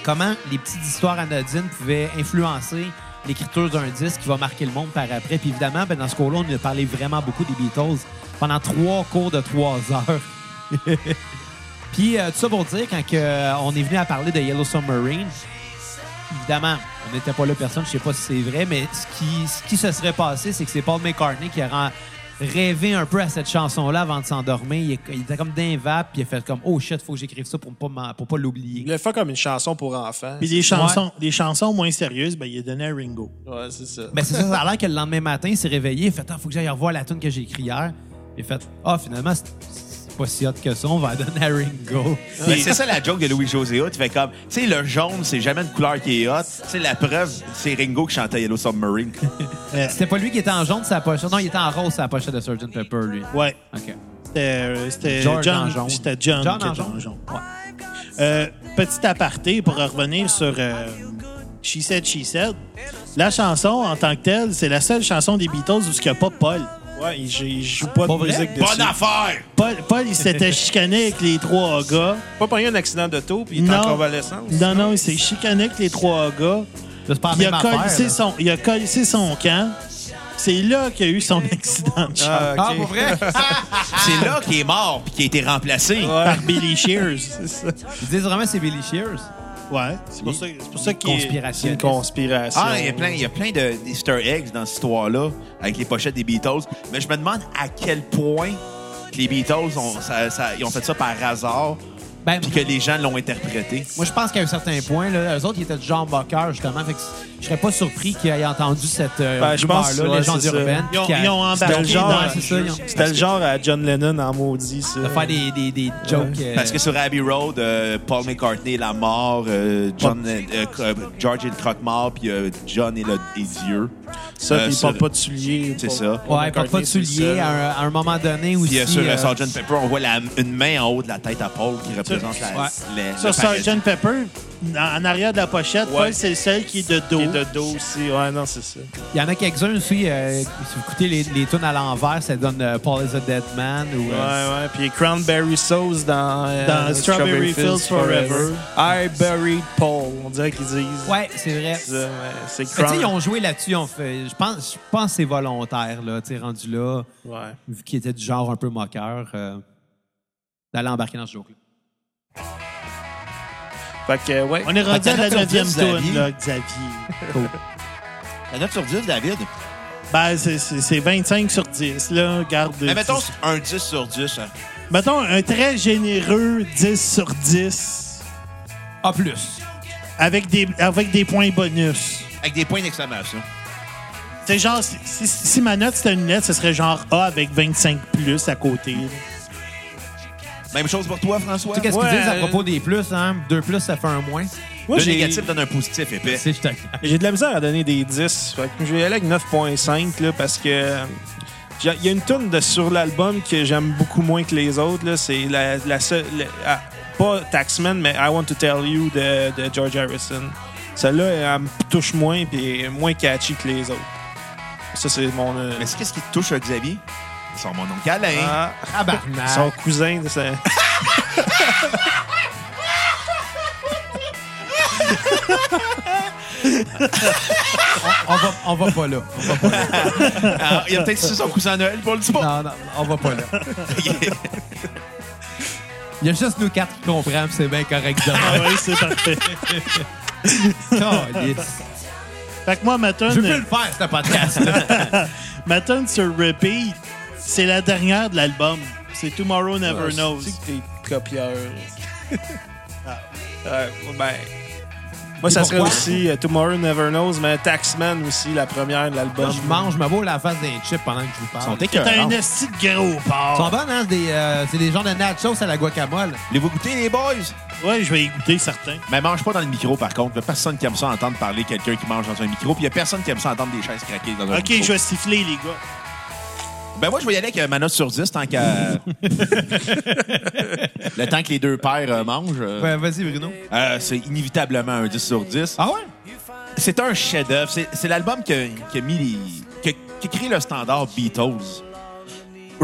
Speaker 2: comment les petites histoires anodines pouvaient influencer l'écriture d'un disque qui va marquer le monde par après. Puis évidemment, ben, dans ce cours-là, on a parlé vraiment beaucoup des Beatles pendant trois cours de trois heures. Puis euh, tout ça pour dire, quand que, euh, on est venu à parler de Yellow Submarine, évidemment, on n'était pas là personne, je sais pas si c'est vrai, mais ce qui, ce qui se serait passé, c'est que c'est Paul McCartney qui a ren- rêvé un peu à cette chanson-là avant de s'endormir. Il, est- il était comme d'un vape, puis il a fait comme « Oh shit, faut que j'écrive ça pour pas, m'en- pour pas l'oublier.
Speaker 6: Il le fait comme une chanson pour enfants.
Speaker 5: Puis des chansons, des chansons moins sérieuses, ben, il a donné à Ringo.
Speaker 6: Ouais, c'est ça. »
Speaker 2: Mais Ben, c'est ça, ça a l'air que le lendemain matin, il s'est réveillé, il a fait « Ah, faut que j'aille revoir la tune que j'ai écrite hier. » Il a fait « Ah, finalement, c'est- c'est pas si hot que ça, on va la donner à Ringo. »
Speaker 4: Ben, c'est ça la joke de Louis José Hood. Fait comme, tu sais, le jaune, c'est jamais une couleur qui est hot. C'est la preuve, c'est Ringo qui chantait Yellow Submarine.
Speaker 6: Ah.
Speaker 5: Euh,
Speaker 2: C'était pas lui qui était en jaune, sa pochette. Non, il était en rose, sa pochette de Sgt Pepper, lui.
Speaker 5: ouais.
Speaker 2: OK.
Speaker 5: C'était, euh, C'était
Speaker 2: George en
Speaker 5: John.
Speaker 2: jaune.
Speaker 5: C'était John.
Speaker 2: John
Speaker 5: qui
Speaker 2: en
Speaker 5: était
Speaker 2: jaune.
Speaker 5: Ouais. Euh, petit aparté pour en revenir sur euh, She Said, She Said. La chanson en tant que telle, c'est la seule chanson des Beatles où il n'y a pas Paul.
Speaker 6: Ouais, il, il joue pas
Speaker 2: Pas
Speaker 6: de
Speaker 2: vrai?
Speaker 6: musique dessus.
Speaker 4: Bonne affaire!
Speaker 5: Paul, Paul il s'était chicané avec les trois gars.
Speaker 6: Pas pogné un accident d'auto, puis il est en convalescence.
Speaker 5: non, non, il s'est chicané avec les trois gars.
Speaker 2: C'est pas la
Speaker 5: Il
Speaker 2: même
Speaker 5: a,
Speaker 2: affaire.
Speaker 5: colissé
Speaker 2: là.
Speaker 5: son, il a colissé son camp. C'est là qu'il y a eu son accident de char
Speaker 6: Ah, ok.
Speaker 2: Ah, pour vrai?
Speaker 4: C'est là qu'il est mort puis qu'il a été remplacé.
Speaker 6: Ouais.
Speaker 5: par Billy Shears.
Speaker 2: Ils disent vraiment que c'est Billy Shears.
Speaker 5: Ouais, c'est pour ça, c'est pour ça qu'il est-
Speaker 6: C'est une
Speaker 2: Conspirationniste.
Speaker 6: conspiration.
Speaker 4: Ah, il y a plein, il y a plein de- d'easter eggs dans cette histoire-là, avec les pochettes des Beatles. Mais je me demande à quel point que les Beatles ont, ça- ça- ils ont fait ça par hasard
Speaker 2: Ben,
Speaker 4: puis que les gens l'ont interprété.
Speaker 2: moi, je pense qu'à un certain point, là, eux autres, ils étaient du genre moqueurs, justement. Fait que je serais pas surpris qu'ils aient entendu cette euh,
Speaker 6: Ben, je pense
Speaker 2: rumeur-là,
Speaker 6: que, ouais,
Speaker 2: légende
Speaker 6: c'est ça.
Speaker 2: urbaine.
Speaker 5: Ils ont,
Speaker 2: puis qu'à-
Speaker 5: ils ont
Speaker 6: C'était
Speaker 5: embarqué
Speaker 6: le genre,
Speaker 5: dans
Speaker 2: ouais, c'est ça, ils ont-
Speaker 6: C'était le genre à John Lennon en maudit, ça.
Speaker 2: de faire des, des, des jokes. euh,
Speaker 4: Parce que sur Abbey Road, euh, Paul McCartney est la mort, euh, John, euh, euh, George est le croque-mort, puis euh, John est, le, est Dieu.
Speaker 6: Ça,
Speaker 4: Euh,
Speaker 6: puis il
Speaker 4: sur-
Speaker 6: porte pas de souliers.
Speaker 4: C'est
Speaker 6: Paul-
Speaker 4: ça.
Speaker 6: Paul
Speaker 2: Ouais, porte pas de
Speaker 6: McCartney, c'est
Speaker 2: souliers
Speaker 6: ça.
Speaker 2: à un, à un moment donné aussi.
Speaker 4: Puis euh, sur euh,
Speaker 2: euh,
Speaker 4: Sgt. Pepper, on voit la- une main en haut de la tête à Paul qui représente la,
Speaker 2: ouais.
Speaker 4: la- le
Speaker 5: Sur
Speaker 4: paradis.
Speaker 5: Sgt. Pepper, en, en arrière de la pochette,
Speaker 6: Ouais.
Speaker 5: Paul, c'est le seul qui est de dos.
Speaker 6: Qui est de dos aussi. Ouais, non, c'est ça.
Speaker 2: Il y en a quelques-uns aussi, euh, si vous écoutez les, les tunes à l'envers, ça donne euh, Paul is a Dead Man ou...
Speaker 6: Ouais,
Speaker 2: euh,
Speaker 6: ouais. Puis Cranberry Sauce dans, euh,
Speaker 5: Dans Strawberry Fields Forever.
Speaker 6: I buried Paul. On dirait qu'ils disent.
Speaker 2: Ouais, c'est vrai.
Speaker 6: C'est, euh, C'est
Speaker 2: Mais tu sais,
Speaker 6: Cran-
Speaker 2: ils ont joué là-dessus, ils ont fait- Je pense, je pense que c'est volontaire, là, tu sais, rendu là,
Speaker 6: Ouais.
Speaker 2: vu qu'ils étaient du genre un peu moqueur, euh, d'aller embarquer dans ce joke-là.
Speaker 6: Fait que, ouais.
Speaker 5: On est rendu à la
Speaker 4: Attends,
Speaker 5: neuvième
Speaker 4: Xavier.
Speaker 5: toune, là, Xavier.
Speaker 4: La note sur 10, David.
Speaker 5: Ben, c'est- c'est c'est 25 sur 10, là. Garde.
Speaker 4: Mais mettons un 10 sur 10. hein.
Speaker 5: Mettons un très généreux 10 sur 10
Speaker 2: Ah, plus.
Speaker 5: avec des, avec des points bonus.
Speaker 4: Avec des points d'exclamation.
Speaker 5: C'est genre, si, si- si ma note c'était une lettre, ce serait genre A avec 25 plus à côté. là.
Speaker 4: Même chose pour toi, François.
Speaker 2: Tu sais, qu'est-ce qu'ils
Speaker 6: Ouais,
Speaker 2: disent à
Speaker 6: euh,
Speaker 2: propos des plus, hein? Deux plus, ça fait un moins.
Speaker 6: Moi,
Speaker 4: le
Speaker 6: j'ai-
Speaker 4: négatif donne un positif épais.
Speaker 2: C'est juste
Speaker 6: J'ai de la misère à donner des 10. Fait que je vais aller avec 9.5 là, parce que euh, j'ai- il y a une tune de sur l'album que j'aime beaucoup moins que les autres. là. C'est la, la seule. la- ah, pas Taxman, mais I Want to Tell You de, de George Harrison. Celle-là, elle me touche moins puis elle est moins catchy que les autres. Ça, c'est mon. euh,
Speaker 4: Mais c'est qu'est-ce qui te touche, euh, Xavier? C'est mon oncle Alain.
Speaker 6: ah,
Speaker 2: Ah, bah,
Speaker 6: son cousin. de sa-
Speaker 2: on, va, on va pas là. On va pas là.
Speaker 4: Ah, il a peut-être su son cousin Noël, Paul Dupont.
Speaker 2: Non, non, on va pas là. Il y a juste nous quatre qui comprennent, puis c'est bien correct. de
Speaker 5: Ah
Speaker 2: même.
Speaker 5: ouais, c'est parfait.
Speaker 2: Calisse.
Speaker 5: Fait que moi, ma
Speaker 2: Je veux plus le
Speaker 5: tune,
Speaker 2: faire, ce podcast-là.
Speaker 5: ma tune sur repeat, c'est la dernière de l'album. C'est Tomorrow Never
Speaker 6: Ouais,
Speaker 5: Knows.
Speaker 6: c'est-tu que t'es copieur. Ah, ouais, ben, moi, ça serait
Speaker 2: pourquoi?
Speaker 6: aussi euh, Tomorrow Never Knows, mais Taxman aussi, la première de l'album.
Speaker 2: je mange, je me bourre la face d'un chip pendant que je vous parle.
Speaker 4: Son
Speaker 5: T'as un
Speaker 4: écœurant.
Speaker 5: esti de gros
Speaker 2: Ils sont
Speaker 5: porc.
Speaker 2: bonnes, hein? C'est des, euh, c'est des genres de nachos à la guacamole.
Speaker 4: Voulez-vous goûter, les boys?
Speaker 5: Ouais, je vais y goûter certains.
Speaker 4: Mais mange pas dans le micro, par contre. Il y a personne qui aime ça entendre parler quelqu'un qui mange dans un micro. Puis il y a personne qui aime ça entendre des chaises craquer dans un
Speaker 5: Ok,
Speaker 4: micro.
Speaker 5: je vais siffler, les gars.
Speaker 4: Ben moi, je vais y aller avec euh, ma note sur 10 tant qu'à... le temps que les deux pères euh, mangent. euh,
Speaker 2: Ouais, vas-y, Bruno.
Speaker 4: euh, c'est inévitablement un 10 sur 10.
Speaker 2: Ah ouais?
Speaker 4: C'est un chef-d'œuvre. C'est c'est l'album qui a, qui a mis les- qui a- qui a créé le standard Beatles.
Speaker 2: Ah, je te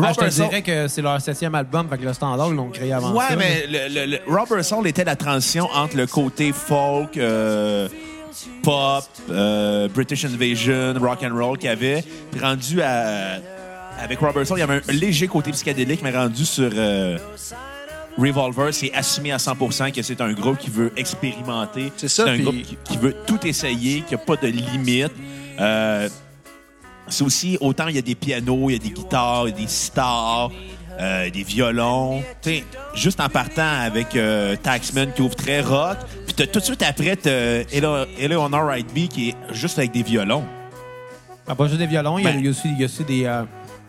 Speaker 4: Robert Soul-
Speaker 2: dirais que c'est leur septième album, fait que le standard, ils l'ont créé avant
Speaker 4: Ouais,
Speaker 2: ça.
Speaker 4: mais le, le- le- Robert Soul était la transition entre le côté folk, euh, pop, euh, British Invasion, rock and roll qu'il y avait, puis rendu à avec Robert Soul, il y avait un léger côté psychédélique, mais rendu sur euh, Revolver, c'est assumé à 100% que c'est un groupe qui veut expérimenter.
Speaker 6: C'est ça,
Speaker 4: un
Speaker 6: puis-
Speaker 4: groupe qui, qui veut tout essayer, qui n'a pas de limite. Euh, c'est aussi, autant il y a des pianos, il y a des guitares, il y a des stars, euh, des violons. Tu sais, juste en partant avec euh, Taxman qui ouvre très rock, puis t'as tout de suite après, t'as Ele- Eleanor Rightby qui est juste avec des violons.
Speaker 2: Ah, pas juste des violons, il y a-
Speaker 4: Ben-
Speaker 2: il y a aussi, il y a aussi des, euh,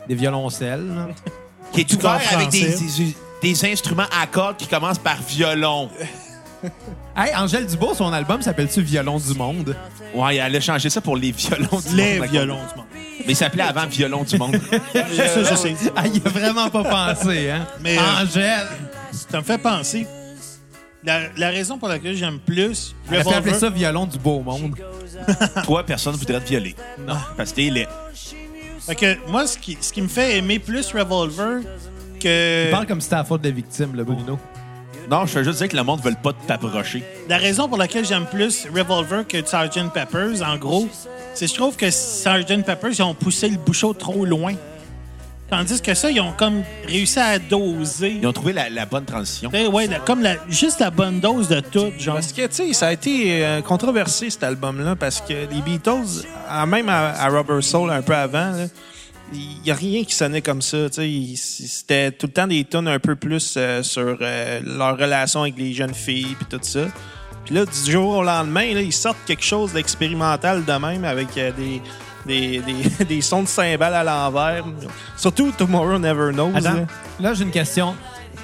Speaker 2: des violoncelles. là.
Speaker 4: qui est ouvert
Speaker 5: en
Speaker 4: avec des,
Speaker 5: français.
Speaker 4: des- des instruments à cordes qui commencent par violon.
Speaker 2: hey, Angèle Dubois, son album s'appelle-tu Violon du Monde?
Speaker 4: Ouais, elle a changé ça pour les violons du
Speaker 5: Les
Speaker 4: monde.
Speaker 5: violons du monde.
Speaker 4: Mais il s'appelait avant violon du monde.
Speaker 5: Ça, je sais.
Speaker 2: Ah, il a vraiment pas pensé, hein?
Speaker 5: Mais, euh,
Speaker 2: Angèle!
Speaker 5: Ça me fait penser. La, la raison pour laquelle j'aime plus
Speaker 2: Elle a fait appeler
Speaker 5: Revolver,
Speaker 2: ça Violon du Beau Monde.
Speaker 4: Toi, personne voudrait te violer.
Speaker 2: Non.
Speaker 4: Parce qu'il est.
Speaker 5: Fait que moi, ce qui, ce qui me fait aimer plus Revolver que.
Speaker 2: Il parle comme si c'était la faute des victimes, le Bruno.
Speaker 4: Non, je veux juste dire que le monde ne veut pas t'approcher.
Speaker 5: La raison pour laquelle j'aime plus Revolver que Sgt. Peppers, en gros, c'est que je trouve que Sgt. Peppers, ils ont poussé le bouchon trop loin. Tandis que ça, ils ont comme réussi à doser.
Speaker 4: Ils ont trouvé la, la bonne transition.
Speaker 5: Eh Ouais, la- comme la, juste la bonne dose de tout, genre.
Speaker 6: Parce que, tu sais, ça a été euh, controversé, cet album-là, parce que les Beatles, à- même à, à Rubber Soul un peu avant, là, il y a rien qui sonnait comme ça. tu sais. Il- C'était tout le temps des tonnes un peu plus euh, sur euh, leur relation avec les jeunes filles puis tout ça. Puis là, du jour au lendemain, là, ils sortent quelque chose d'expérimental de même avec euh, des, des, des, des sons de cymbales à l'envers. Surtout Tomorrow Never Knows. là.
Speaker 2: Attends, là, j'ai une question.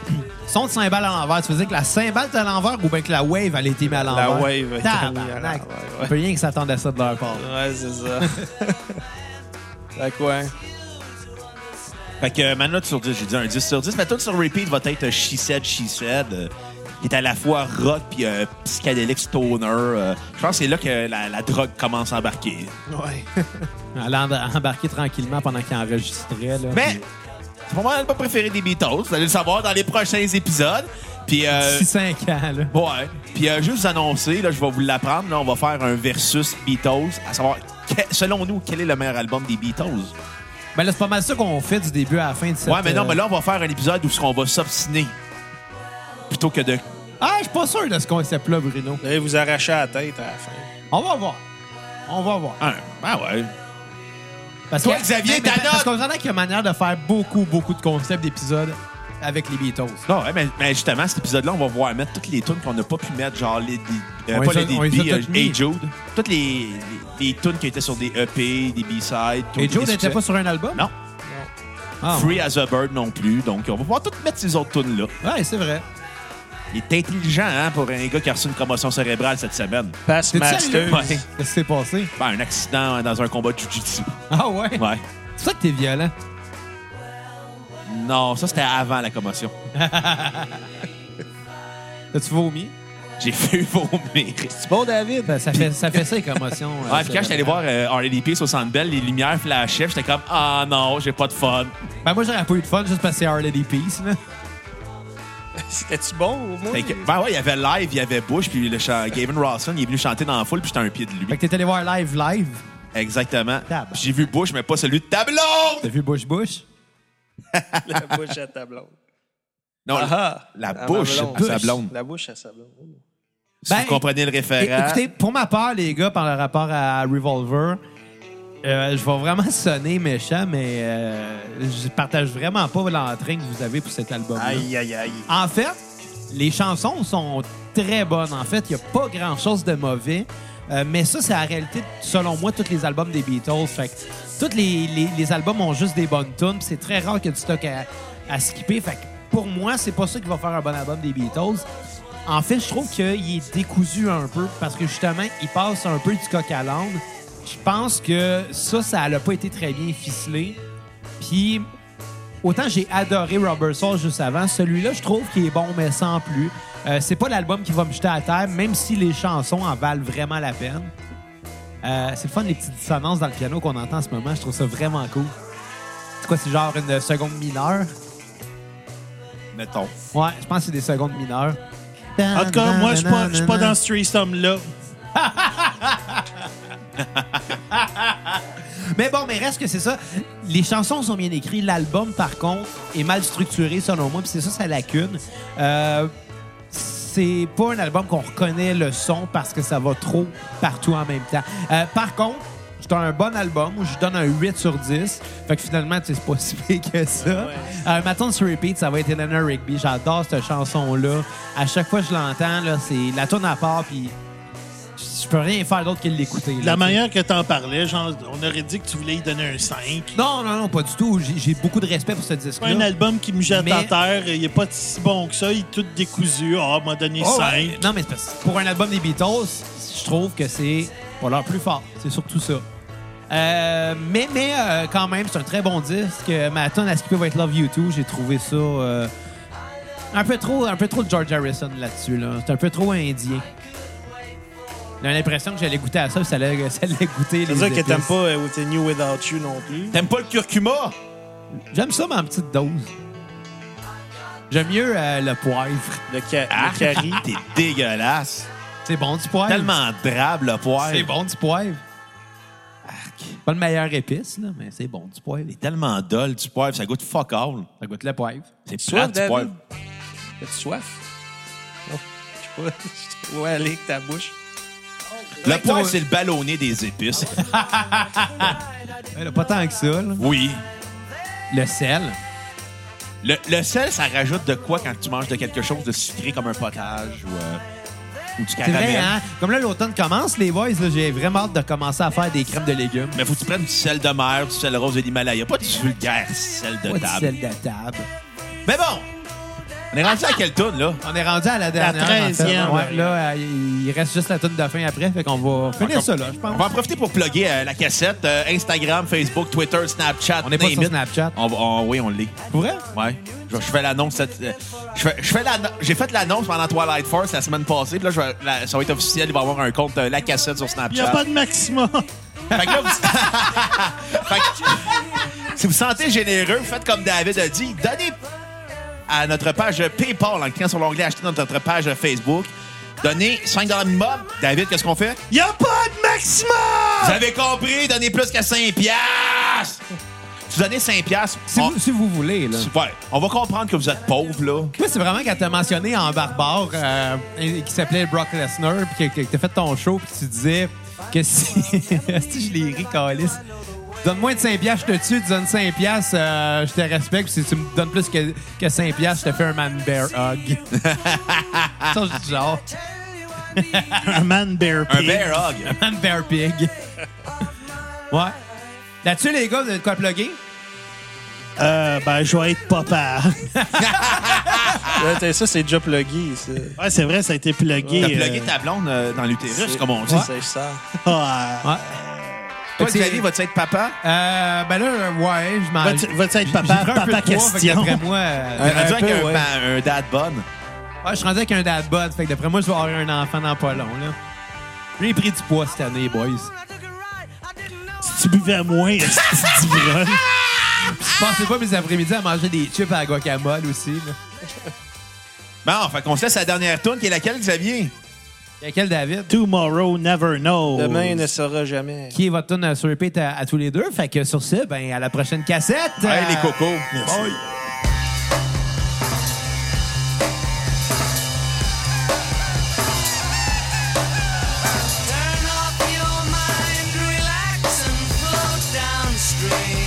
Speaker 2: Son de cymbale à l'envers, tu veux dire que la cymbale était à l'envers ou bien que la wave, elle a été mise à l'envers?
Speaker 6: wave a été mise à
Speaker 2: Tabarnak.
Speaker 6: l'envers, ouais.
Speaker 2: On peut rien que s'attendre à ça de leur part.
Speaker 6: Ouais, c'est ça. Fait que ouais.
Speaker 4: Fait que euh, ma note sur 10, j'ai dit un 10 sur 10. Ma toute sur repeat va être euh, She Said, She Said, euh, qui est à la fois rock puis euh, psychédélique stoner. euh. je pense que c'est là que la, la drogue commence à embarquer.
Speaker 2: Elle a embar- embarqué tranquillement pendant qu'il enregistrait. Là.
Speaker 4: Mais c'est pour moi le pas préféré des Beatles. Vous allez le savoir dans les prochains épisodes. Puis euh,
Speaker 2: 6-5 ans, là.
Speaker 4: ouais. Puis euh, juste vous annoncer, là, je vais vous l'apprendre. Là, on va faire un versus Beatles, à savoir que- selon nous quel est le meilleur album des Beatles.
Speaker 2: Ben là, c'est pas mal ça qu'on fait du début à la fin de cette...
Speaker 4: ouais, mais non,
Speaker 2: euh,
Speaker 4: mais là on va faire un épisode où on va s'obstiner plutôt que de
Speaker 2: Ah, je suis pas sûr de ce concept-là, Bruno.
Speaker 6: Vous allez vous arracher la tête à la fin.
Speaker 2: On va voir. On va voir.
Speaker 4: un. Ah ouais.
Speaker 2: Parce
Speaker 4: Toi, Xavier,
Speaker 2: Mais- mais-
Speaker 4: ta
Speaker 2: Parce
Speaker 4: note!
Speaker 2: qu'on s'entend qu'il y a manière de faire beaucoup, beaucoup de concepts d'épisodes avec les Beatles.
Speaker 4: Non, Ah, ouais, mais, mais justement, cet épisode-là, on va voir mettre toutes les tunes qu'on n'a pas pu mettre, genre les, les- euh,
Speaker 2: On
Speaker 4: pas
Speaker 2: les a-
Speaker 4: les
Speaker 2: on les a
Speaker 4: DB, euh,
Speaker 2: toutes mis.
Speaker 4: Hey Jude. Toutes les, les, les tunes qui étaient sur des EP, des B-sides. tunes
Speaker 2: Et
Speaker 4: qui
Speaker 2: Joe n'était
Speaker 4: étaient succès.
Speaker 2: pas sur un album?
Speaker 4: Non.
Speaker 2: Ah,
Speaker 4: Free as a Bird non plus. Donc, on va pouvoir toutes mettre ces autres tunes-là.
Speaker 2: ouais, c'est vrai.
Speaker 4: Il est intelligent, hein, pour un gars qui a reçu une commotion cérébrale cette semaine.
Speaker 6: Pass
Speaker 2: T'es-tu
Speaker 6: Master.
Speaker 2: sérieux? Qu'est-ce qui s'est passé?
Speaker 4: Ben, un accident dans un combat de jujitsu.
Speaker 2: Ah ouais?
Speaker 4: Ouais.
Speaker 2: C'est ça que t'es violent.
Speaker 4: Non, ça, c'était avant la commotion.
Speaker 2: T'as-tu vomi?
Speaker 4: J'ai fait vomir.
Speaker 6: C'est bon, David.
Speaker 2: Ben, ça, fait, ça fait ça, les commotions. euh,
Speaker 4: Ouais, puis quand j'étais allé voir euh, RLDP au Centre Bell, les lumières flashaient, j'étais comme « Ah non, j'ai pas de fun.
Speaker 2: Ben, moi, j'aurais pas eu de fun juste parce que c'est Our Lady Peace, là.
Speaker 6: C'était-tu bon au moins?
Speaker 4: Fait que- ben ouais, il y avait live, il y avait Bush, puis le chan- Gavin Rawson, il est venu chanter dans la foule, puis j'étais à un pied de
Speaker 2: Fait
Speaker 4: lui.
Speaker 2: que t'es allé voir live, live.
Speaker 4: Exactement.
Speaker 2: Tab.
Speaker 4: J'ai vu Bush, mais pas celui de Tableau!
Speaker 2: T'as vu Bush Bush?
Speaker 6: La bouche à ta blonde.
Speaker 4: Non,
Speaker 6: Ah
Speaker 4: la
Speaker 6: ah,
Speaker 4: bouche,
Speaker 6: ma blonde.
Speaker 4: sa blonde.
Speaker 6: La bouche à sa blonde.
Speaker 4: Si
Speaker 2: Ben,
Speaker 4: vous comprenez le
Speaker 2: É-
Speaker 4: référent.
Speaker 2: Écoutez, pour ma part, les gars, par le rapport à Revolver, euh, je vais vraiment sonner méchant, mais euh, je partage vraiment pas l'entraîne que vous avez pour cet album-là.
Speaker 6: Aïe, aïe, aïe.
Speaker 2: En fait, les chansons sont très bonnes. En fait, il n'y a pas grand-chose de mauvais. Euh, mais ça, c'est la réalité, de, selon moi, tous les albums des Beatles. Fait que tous les, les- les albums ont juste des bonnes tunes. puis C'est très rare qu'il y ait du stock à, à skipper. Fait que pour moi, c'est pas ça qui va faire un bon album des Beatles. En fait, je trouve qu'il est décousu un peu parce que justement, il passe un peu du coq à l'âne. Je pense que ça, ça n'a pas été très bien ficelé. Puis autant j'ai adoré Robert Soul juste avant, celui-là, je trouve qu'il est bon, mais sans plus. Euh, c'est pas l'album qui va me jeter à terre, même si les chansons en valent vraiment la peine. Euh, c'est le fun, les petites dissonances dans le piano qu'on entend en ce moment. Je trouve ça vraiment cool. C'est quoi, c'est genre une seconde mineure?
Speaker 4: Mettons.
Speaker 2: Ouais, je pense que c'est des secondes mineures.
Speaker 5: En tout cas, moi, je suis pas- je suis pas dans ce threesome-là.
Speaker 2: Mais bon, mais reste que c'est ça. Les chansons sont bien écrites. L'album, par contre, est mal structuré, selon moi. Puis c'est ça sa lacune. Euh, c'est pas un album qu'on reconnaît le son parce que ça va trop partout en même temps. Euh, par contre, c'est un bon album. Je donne un 8 sur 10. Fait que finalement, tu sais, c'est pas si pire que ça. Euh, ma tune sur repeat, ça va être Eleanor Rigby. J'adore cette chanson-là. À chaque fois que je l'entends, là, c'est la tourne à part, puis je peux rien faire d'autre que l'écouter. là,
Speaker 5: De
Speaker 2: tu
Speaker 5: la
Speaker 2: sais.
Speaker 5: manière que t'en parlais, genre, on aurait dit que tu voulais y donner un 5.
Speaker 2: Non, non, non, pas du tout. J'ai j'ai beaucoup de respect pour ce
Speaker 5: Pas
Speaker 2: disque-là.
Speaker 5: un album qui me jette à
Speaker 2: Mais-
Speaker 5: terre, il est pas si bon que ça, il est tout décousu. Ah, m'a donné
Speaker 2: Oh,
Speaker 5: 5.
Speaker 2: ouais. Non, mais c'est parce que pour un album des Beatles, je trouve que c'est pas leur plus fort. C'est surtout ça. Euh, mais mais euh, quand même, c'est un très bon disque. Euh, Ma tonne à skipper va être Love You Too. J'ai trouvé ça euh, un, peu trop, un peu trop de George Harrison là-dessus. Là. C'est un peu trop indien. J'ai l'impression que j'allais goûter à ça, puis ça allait, ça allait goûter les
Speaker 6: C'est ça que
Speaker 2: épices.
Speaker 6: t'aimes pas euh, With a New Without You non plus.
Speaker 4: T'aimes pas le curcuma?
Speaker 2: J'aime ça, mais en petite dose. J'aime mieux euh, le poivre.
Speaker 6: Le, ca
Speaker 4: Ah,
Speaker 6: le curry.
Speaker 4: T'es dégueulasse.
Speaker 2: C'est bon du poivre.
Speaker 4: Tellement drabe, le poivre.
Speaker 2: Ah, C'est bon du poivre. Pas le meilleur épice, là, mais c'est bon du poivre.
Speaker 4: T'es tellement dol du poivre, ça goûte fuck all.
Speaker 2: Ça goûte le poivre.
Speaker 4: C'est
Speaker 6: Soif,
Speaker 4: plate du
Speaker 6: David?
Speaker 4: poivre.
Speaker 6: T'as-tu soif? Non. Je sais pas. Je te vois aller avec ta bouche.
Speaker 4: Le poivre, c'est le ballonné des épices.
Speaker 2: pas tant que ça. là.
Speaker 4: oui.
Speaker 2: le sel.
Speaker 4: Le, le sel, ça rajoute de quoi quand tu manges de quelque chose de sucré comme un potage ou, euh, ou du
Speaker 2: C'est
Speaker 4: caramel?
Speaker 2: vrai, hein? Comme là, l'automne commence, les boys, là, j'ai vraiment hâte de commencer à faire des crèmes de légumes.
Speaker 4: Mais faut que tu prennes du sel de mer, du sel rose de l'Himalaya. Pas du vulgaire sel de
Speaker 2: Pas du
Speaker 4: table.
Speaker 2: sel de table.
Speaker 4: Mais bon, on est rendu à quelle toune, là?
Speaker 2: On est rendu à la dernière. en fait.
Speaker 5: 13e.
Speaker 2: Ouais, là, euh, il reste juste la toune de fin après, fait qu'on va finir ça, là, je
Speaker 4: On
Speaker 2: pense.
Speaker 4: va en profiter pour plugger euh, la cassette. euh, Instagram, Facebook, Twitter, Snapchat.
Speaker 2: On n'est pas
Speaker 4: name
Speaker 2: sur
Speaker 4: it.
Speaker 2: Snapchat.
Speaker 4: On va- on- oui, on l'est.
Speaker 2: Pour vrai?
Speaker 4: Ouais. Je, je fais l'annonce. cette- euh, Je fais, je fais l'annon- J'ai fait l'annonce pendant Twilight Force la semaine passée. Puis là, je vais- la- ça va être officiel. Il va y avoir un compte euh, La Cassette sur Snapchat.
Speaker 5: Il n'y a pas de maximum.
Speaker 4: Fait que là, vous- Fait que- si vous sentez généreux, faites comme David a dit. Donnez à notre page PayPal en cliquant sur l'onglet Acheter dans notre page Facebook. Donnez 5 minimum. David, qu'est-ce qu'on fait?
Speaker 5: Il n'y a pas de maximum!
Speaker 4: Vous avez compris, donnez plus que 5 piastres! Si vous donnez 5 piastres,
Speaker 2: Si,
Speaker 4: on...
Speaker 2: vous, si vous voulez, là.
Speaker 4: Super. On va comprendre que vous êtes pauvre, là.
Speaker 2: Moi, c'est vraiment quand t'as mentionné en barbare euh, et- qui s'appelait Brock Lesnar, puis que, que t'as fait ton show, puis tu disais que si. si je l'ai ri, Calis. Donne moins de 5 piastres, je te tue. Tu donnes 5 piastres, euh, je te respecte. puis Si tu me donnes plus que, que 5 piastres, je te fais un man bear hug. ça, je dis genre,
Speaker 5: Un man bear
Speaker 4: Un
Speaker 5: pig.
Speaker 4: bear hug.
Speaker 2: man bear pig. ouais. Là-dessus, les gars, vous avez de quoi plugger?
Speaker 5: Euh, ben, je vais être papa.
Speaker 6: Là, t'as- ça, c'est déjà plugué, ça.
Speaker 5: Ouais, c'est vrai, ça a été plugué.
Speaker 4: T'as
Speaker 5: euh,
Speaker 4: plugué ta blonde euh, dans l'utérus, comme on dit.
Speaker 6: C'est ça.
Speaker 5: ah,
Speaker 2: Ouais. Fait
Speaker 4: Toi,
Speaker 2: que c'est-
Speaker 4: Xavier, vas-tu être papa?
Speaker 2: Euh, ben là, euh, ouais, je m'en.
Speaker 5: Va-tu- va-tu être
Speaker 2: J'ai-
Speaker 5: papa?
Speaker 2: j'ai pris un peu
Speaker 5: Papa
Speaker 2: de poids, fait que
Speaker 5: question.
Speaker 2: D'après moi, euh,
Speaker 4: T'es rendu avec
Speaker 6: peu,
Speaker 4: un,
Speaker 6: ouais.
Speaker 4: pa- un dad bonne.
Speaker 2: ouais, je suis rendu avec un dad bod. Fait que d'après moi, je vais avoir un enfant dans pas long. Là. J'ai pris du poids cette année, boys.
Speaker 5: si tu buvais moins, est-ce que tu dirais?
Speaker 2: Je passais pas mes après-midi à manger des chips à la guacamole aussi. Là.
Speaker 4: Bon, fait qu'on se laisse la dernière tourne, qui est laquelle, Xavier?
Speaker 2: Y a quel David?
Speaker 5: Tomorrow never knows.
Speaker 6: Demain ne sera jamais.
Speaker 2: Qui est votre tune sur repeat à, à tous les deux. Fait que sur ce, ben à la prochaine cassette.
Speaker 4: Hey, les
Speaker 2: Euh,
Speaker 4: cocos.
Speaker 3: Turn off your mind, relax and float downstream.